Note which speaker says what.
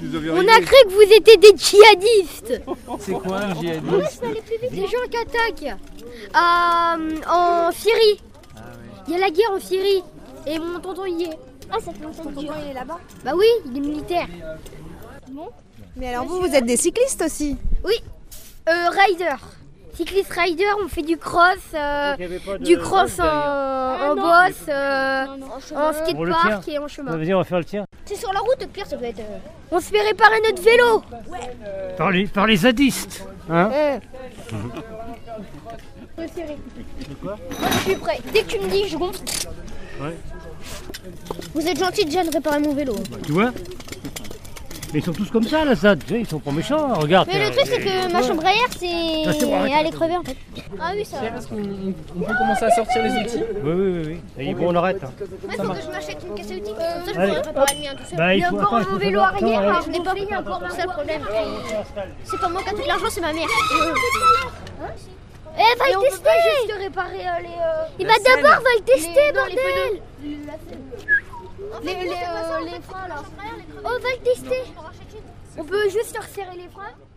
Speaker 1: nous avions
Speaker 2: On a
Speaker 1: arrivé.
Speaker 2: cru que vous étiez des djihadistes
Speaker 3: C'est quoi un
Speaker 2: Moi,
Speaker 3: djihadiste
Speaker 2: je peux aller plus vite. Des gens qui attaquent euh, en Syrie. Il y a la guerre en Syrie. Et mon tonton y est.
Speaker 4: Ah, ça fait longtemps que tu es là-bas.
Speaker 2: Bah oui, il est militaire.
Speaker 5: Mais alors vous, vous êtes des cyclistes aussi
Speaker 2: Euh, rider. Cycliste rider, on fait du cross, euh, du cross en,
Speaker 4: Ah,
Speaker 2: en boss, euh, en
Speaker 6: On le
Speaker 2: skatepark
Speaker 6: tient.
Speaker 2: et en
Speaker 6: Ouais,
Speaker 2: chemin.
Speaker 6: Ah, Vas-y, on va faire le tir.
Speaker 4: C'est sur la route, au pire, ça peut être. euh,
Speaker 2: On se fait réparer notre vélo.
Speaker 6: Par les, par les zadistes. Hein
Speaker 2: Moi, je suis prêt. Dès que tu me dis, je gonfle.
Speaker 4: Vous êtes gentil déjà de réparer mon vélo.
Speaker 6: Bah, tu vois Mais ils sont tous comme ça, la ZAD. tu sais, Ils sont pas méchants, hein, regarde.
Speaker 4: Mais le truc, c'est que ma chambre à air,
Speaker 6: Ah,
Speaker 4: c'est. Elle est crevée en fait. Ah oui, ça.
Speaker 3: Est-ce qu'on on peut commencer à sortir les outils
Speaker 6: Oui, oui, oui. oui. Ça y est, bon, on arrête. hein.
Speaker 4: Moi, faut que je m'achète une caisse à outils. Comme ça, je
Speaker 6: Allez.
Speaker 4: pourrais préparer le mien tout seul.
Speaker 6: Bah,
Speaker 2: Il y a
Speaker 6: faut-
Speaker 2: encore
Speaker 6: attends,
Speaker 2: mon
Speaker 6: il faut
Speaker 2: vélo
Speaker 6: faire- attends,
Speaker 2: arrière.
Speaker 6: ouais.
Speaker 4: hein, Je l'ai pas payé encore, c'est ça le problème. C'est pas moi qui a tout l'argent, c'est ma mère.
Speaker 2: Eh, va
Speaker 4: Mais
Speaker 2: le
Speaker 4: on peut
Speaker 2: tester. juste réparer les. Et bah d'abord, va le tester, bordel. Les, les, euh, les freins là. Oh, va le tester. On peut juste resserrer les freins